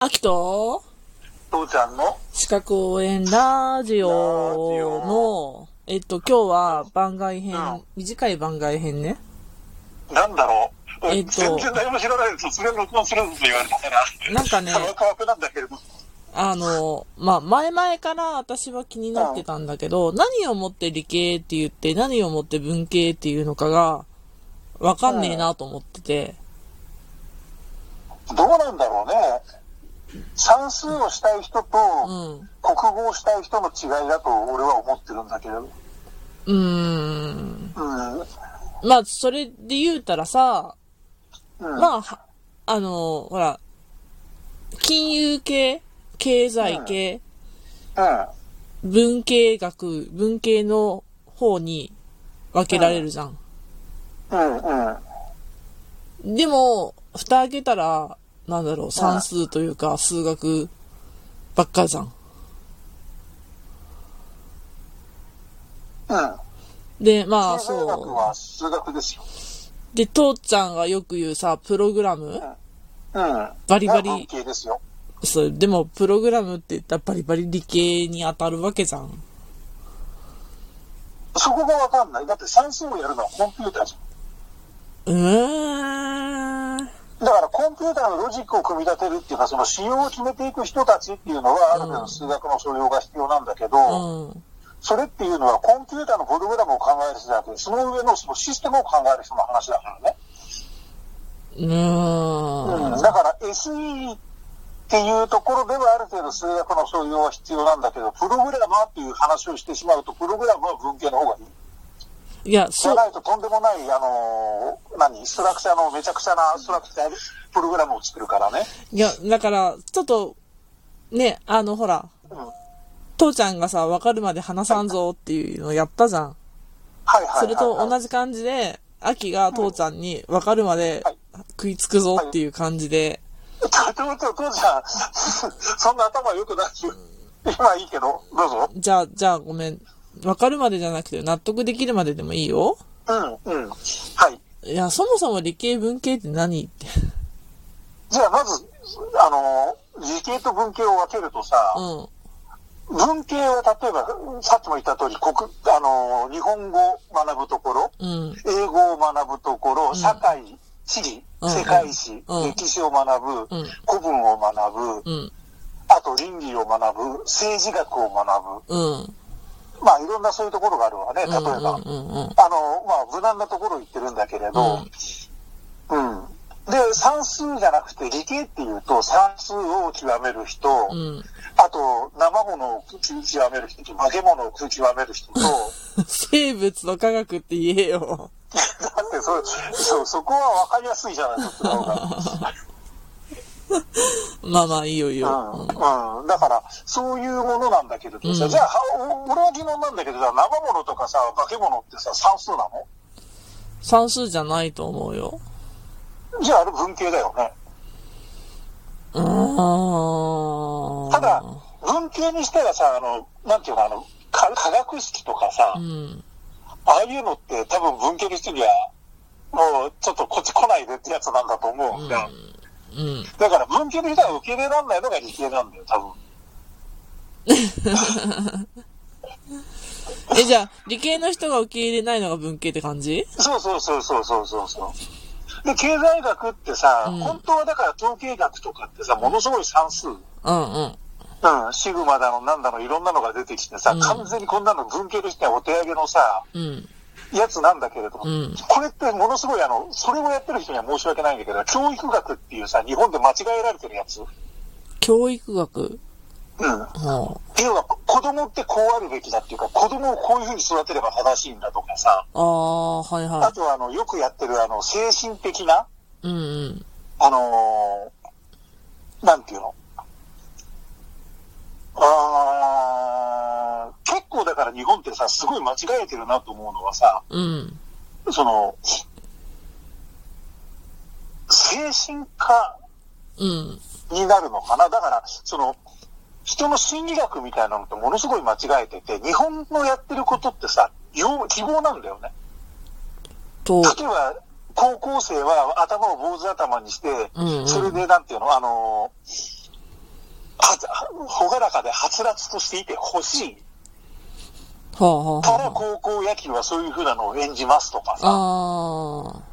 秋と父ちゃんの資格応援ラジオの、えっと、今日は番外編、うん短い番外編ね。なんだろう、えっと全然何も知らないで突然録音するって言われたら、なんかねその科学なんだけれども、あの、まあ、前々から私は気になってたんだけど、何をもって理系って言って、何をもって文系っていうのかが、わかんねえなと思ってて、どうなんだろうね。算数をしたい人と、うん。国語をしたい人の違いだと俺は思ってるんだけれど、うん、うーん。うん、まあ、それで言うたらさ、まあは、あの、ほら、金融系、経済系、うん、文系学、文系の方に分けられるじゃん。うん、うん。でも、蓋開けたら、なんだろう、算数というか、数学ばっかじゃん。うん。で、まあ、数学そは数学ですよ。う。で、父ちゃんがよく言うさ、プログラムうん。バリバリが文系ですよ。そう、でも、プログラムって言ったらバリバリ理系に当たるわけじゃん。そこがわかんない。だって算数をやるのはコンピューターじゃん。うーん。だからコンピューターのロジックを組み立てるっていうか、その仕様を決めていく人たちっていうのは、ある程度数学の素養が必要なんだけど、うん。それっていうのはコンピューターのプログラムを考える人じゃなくて、その上のそのシステムを考える人の話だからね。うーん。うん、だから SE っていうところではある程度数学の素養は必要なんだけど、プログラマーっていう話をしてしまうと、プログラムは文系の方がいい。いや、じそゃうな、いととんでもない、あのー何、ストラクチャーのめちゃくちゃなストラクチャープログラムを作るからね。いや、だから、ちょっと、ね、あの、ほら、うん。はい父ちゃんがさ、わかるまで話さんぞっていうのをやったじゃん。はいはい、はい。それと同じ。じ感じで、秋が父ちゃんにわかるまではい食いつくぞっていう感じで、 とてもと、父ちゃん、そんな頭良くないよ。今はいいけど、どうぞ。じゃあ、じゃあごめん。わかるまでじゃなくて納得できるまででもいいよ。うん、うん。はい。いや、そもそも理系文系って何って。じゃあまず、あのー理系と文系を分けるとさ、うん。文系は例えば、さっきも言った通り、国、あのー日本語を学ぶところ、うん。英語を学ぶところ、社会、地理、うん世界史、うん歴史を学ぶ、うん古文を学ぶ、うん。あと倫理を学ぶ、政治学を学うん。ぶ、まあいろんなそういうところがあるわね、例えば。うん。うん。うん。あの、まあ無難なところを言ってるんだけれど、うん。で、算数じゃなくて理系っていうと算数を極める人、うん。あと生物を極める人と化け物を極める人と、生物と科学って言えよ。だってそ、そ、そこはわかりやすいじゃないですか、そっちの方が。まあまあ、いいよいいよ。うんうんだから、そういうものなんだけれどさ、うんじゃあ、はお俺は疑問なんだけどさ、生物とかさ、化け物ってさ、算数なの算数じゃないと思うよ。じゃあ、あれ文系だよね。うーん。ただ、文系にしてはさ、あの、なんていうか、あの、か化学式とかさ、うん。ああいうのって多分文系の人には、もうちょっとこっち来ないでってやつなんだと思うんだ。うん。だから文系の人は受け入れられないのが理系なんだよ、多分。え、じゃあ、理系の人が受け入れないのが文系って感じそうそうそうそうそうそうそう。で、経済学ってさ、うん本当はだから統計学とかってさ、ものすごい算数。うんうん。うん、シグマだの、なんだの、いろんなのが出てきてさ、うん完全にこんなの文系の人はお手上げのさ、うん。やつなんだけれども、うんこれってものすごいあの、それをやってる人には申し訳ないんだけど、教育学っていうさ、日本で間違えられてるやつ。うん。教育学っはていうのは、子供ってこうあるべきだっていうか、子供をこういうふうに育てれば正しいんだとかさ、あ。ああー、はいあはとはあの、よくやってるあの、精神的な、い。うんうん。あのー、なんていうのあー結構だから日本ってさ、すごい間違えてるなと思うのはさ、うん。その、精神科うん。になるのかなだから、その、人の心理学みたいなのとものすごい間違えてて、日本のやってることってさ、要希望なんだよね。と、例えば、高校生は頭を坊主頭にして、うんうんそれでなんていうの、あのーらかではつらつとしていてほしいはあ、はあからは高校野球はそういう風なのを演じますとかあ、さ。あ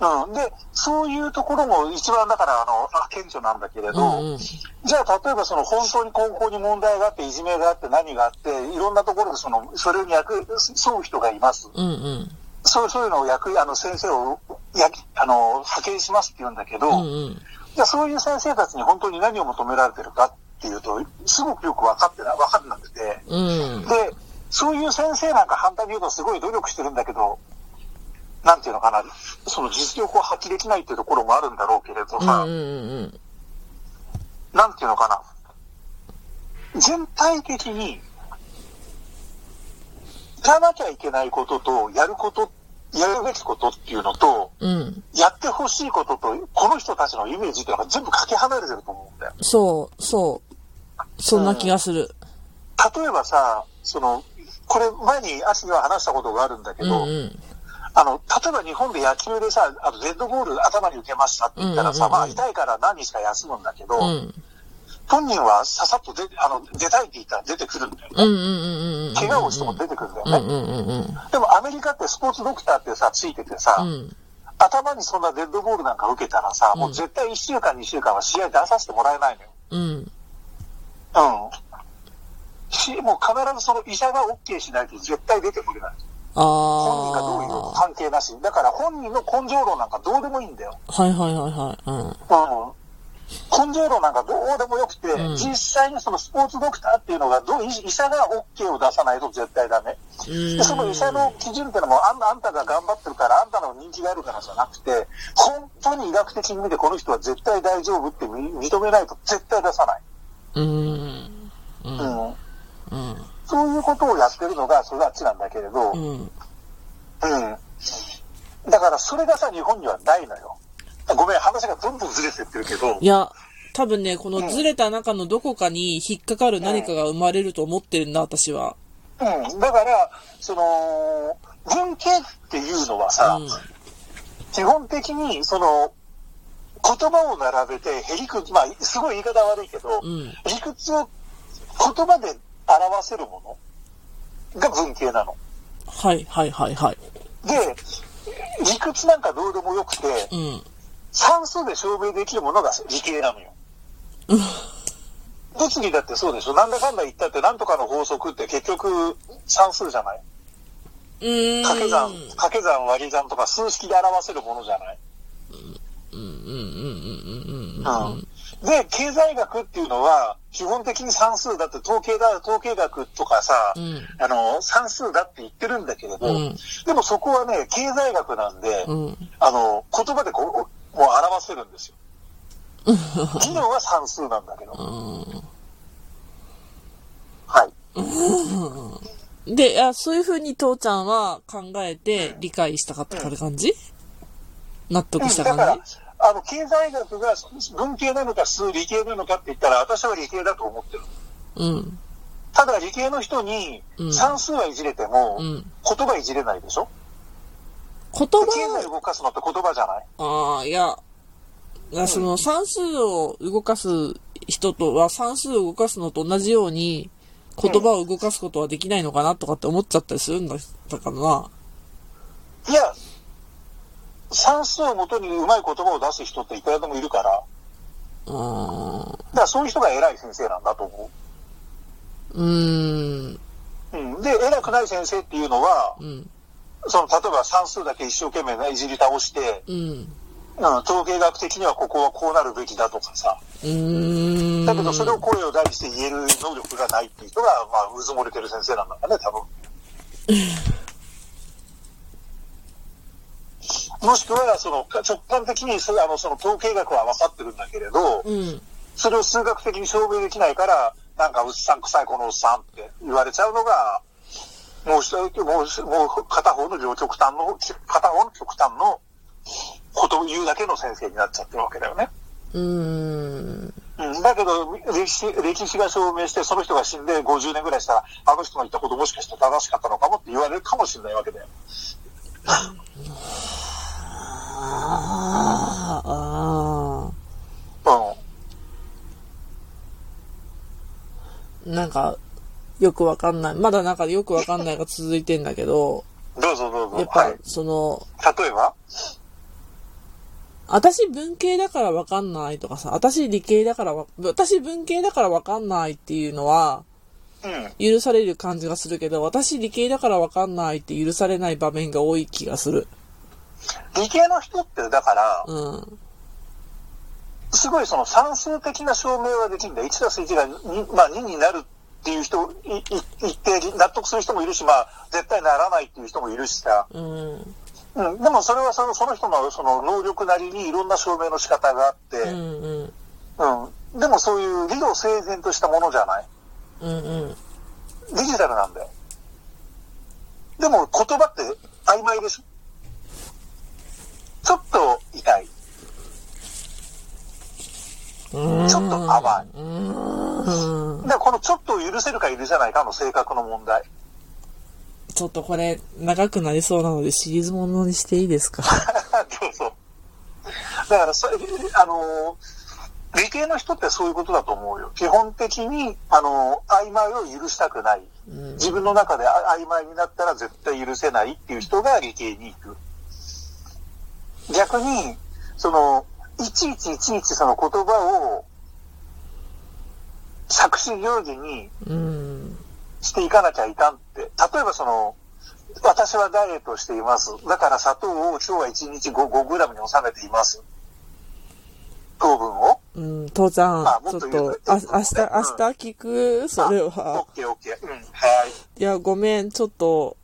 あ。うん。で、そういうところも一番だから、あの、あ、顕著なんだけれど、うんうんじゃあ例えばその本当に高校に問題があって、いじめがあって何があって、いろんなところでその、それに役、沿う人がいます。うんうん。そうそういうのを役、あの、先生を、や、あの、派遣しますって言うんだけど、うんうん。じゃあそういう先生たちに本当に何を求められてるかっていうと、すごくよく分かってな、分かんなくて、うん。で、そういう先生なんか反対に言うとすごい努力してるんだけど、なんていうのかな、その実力を発揮できないっていうところもあるんだろうけれどうんさ、うんうん。なんていうのかな、全体的に、やらなきゃいけないことと、やること、やるべきことっていうのと、うん。やってほしいことと、この人たちのイメージっていうのが全部かけ離れてると思うんだよ。そう、そう。そんな気がする。例えばさ、その、これ前に足には話したことがあるんだけうんど、うん。あの、例えば日本で野球でさ、あの、デッドボール頭に受けましたって言ったらさ、うんうんうんうんまあ痛いから何日か休むんだけど、うん。本人はささっと出、あの、出たいって言ったら出てくるんだよ。うんうんうんうん。怪我をしても出てくるんだようんね。うんうんうん。でもアメリカってスポーツドクターってさ、ついててさ、うん。頭にそんなデッドボールなんか受けたらさ、もう絶対1週間2週間は試合出させてもらえないのよ。うん。うん。し、もう必ずその医者が OK しないと絶対出てくれない。あ本人がどういうのあ。関係なし。だから本人の根性論なんかどうでもいいんだよ。はいはいはいはい。うん。うん。根性論なんかどうでもよくて、うん実際にそのスポーツドクターっていうのがどう、医医者が OK を出さないと絶対ダメ。で、その医者の基準っていうのも、あんあんたが頑張ってるから、あんたの人気があるからじゃなくて、本当に医学的に見てこの人は絶対大丈夫って認認めないと絶対出さない。うん。うん。うん。そういうことをやってるのが、それはあっちなんだけれど、う。うんん。だから、それがさ、日本にはないのよ。ごめん、話がどんどんずれてってるけどい、や、多分ね、このずれた中のどこかに引っかかる何かが生まれると思ってるんだ、私は。うん、だから、その、文系っていうのはさ、うん基本的に、その、言葉を並べて、へりくまあ、すごい言い方悪いけど、うん理屈を言葉で表せるものが文系なの。はいはいはいはい。で、理屈なんかどうでもよくて、うん。算数で証明できるものが理系なのよ。物理だってそうでしょなんだかんだ言ったって、なんとかの法則って結局算数じゃないうーん。掛け算、掛け算割り算とか数式で表せるものじゃないうん。で、経済学っていうのは、基本的に算数だって、統計だ、統計学とかさ、うんあの、算数だって言ってるんだけれど、うんでもそこはね、経済学なんで、うん。あの、言葉でこう、もう表せるんですよ。技能は算数なんだけど。はい。で、あそういうふうに父ちゃんは考えて理解したかった感じ、納得しただから感、あの、経済学が文系なのか数理系なのかって言ったら、私は理系だと思ってる。じうん。ただ理系の人にうん算数はいじれても、うん言葉いじれないでしょ言で経葉済動かすのって言葉じゃないああ、いや、いやその算数を動かす人とは算数を動かすのと同じように言葉を動かすことはできないのかなとかって思っちゃったりするんだだからな。いや、算数をもとにうまい言葉を出す人っていくらでもいるから、だうーん。からそういう人が偉い先生なんだと思う。うーん。うん、で、偉くない先生っていうのは、うん。その、例えば算数だけ一生懸命ね、いじり倒して、うん。うん、統計学的にはここはこうなるべきだとかさ、うーん。だけどそれを声を大にして言える能力がないっていう人が、まあ、うずもれてる先生なんだからね、多 分。もしくは、その、直感的に、そうあの、その統計学は分かってるんだけれど、うん。それを数学的に証明できないから、なんか、うっさんくさいこのおっさんって言われちゃうのが、もう一人、もう一、もう片方の両極端の、片方の極端のことを言うだけの先生になっちゃってるわけだよね。うーん。うん、だけど、歴史、歴史が証明して、その人が死んで50年ぐらいしたら、あの人の言ったこともしかして正しかったのかもって言われるかもしれないわけだよ。ああ。うん。なんか、よくわかんない。まだなんかよくわかんないが続いてんだけど、どうぞどうぞ。やっはぱい、。その、例えば私文系だからわかんないとかさ、私理系だからわ、私文系だからわかんないっていうのは、うん。許される感じがするけど、私理系だからわかんないって許されない場面が多い気がする。理系の人って、だから、うん。すごいその算数的な証明はできるんだ。1たす1が2、まあ、2になるっていう人、いい一定に納得する人もいるし、まあ、絶対ならないっていう人もいるしさ。うん。うん。でもそれはそのその人のその能力なりにいろんな証明の仕方があって、うんうん。うん。でもそういう理路整然としたものじゃない。うんうん。デジタルなんだよ。でも言葉って曖昧でしょちょっと痛い。うーんちょっと甘い。うん。だからこのちょっとを許せるか許せないかの性格の問題。 ちょっとこれ、長くなりそうなのでシリーズものにしていいですかどうぞ。だからそ、あのー、理系の人ってそういうことだと思うよ。基本的に、あのー、曖昧を許したくない。うん。自分の中であ曖昧になったら絶対許せないっていう人が理系に行く。逆に、その、いちいちいちいちその言葉を、作詞行儀にうん。していかなきゃいかんって。例えばその、私はダイエットをしています。だから砂糖を今日は1日 5, 5グラムに収めています。糖分を。うん、父ちゃんあ、ちょもっっと言うと、あ、明日、うん明日聞くそれあは。オッケーオッケー。うん。はい。いや、ごめん、ちょっと、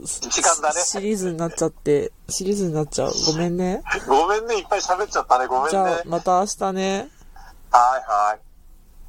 時間だねシリーズになっちゃって、シリーズになっちゃう。ごめんね。ごめんね。いっぱい喋っちゃったね。ごめんじね。ゃはあい、また明日ね。はい。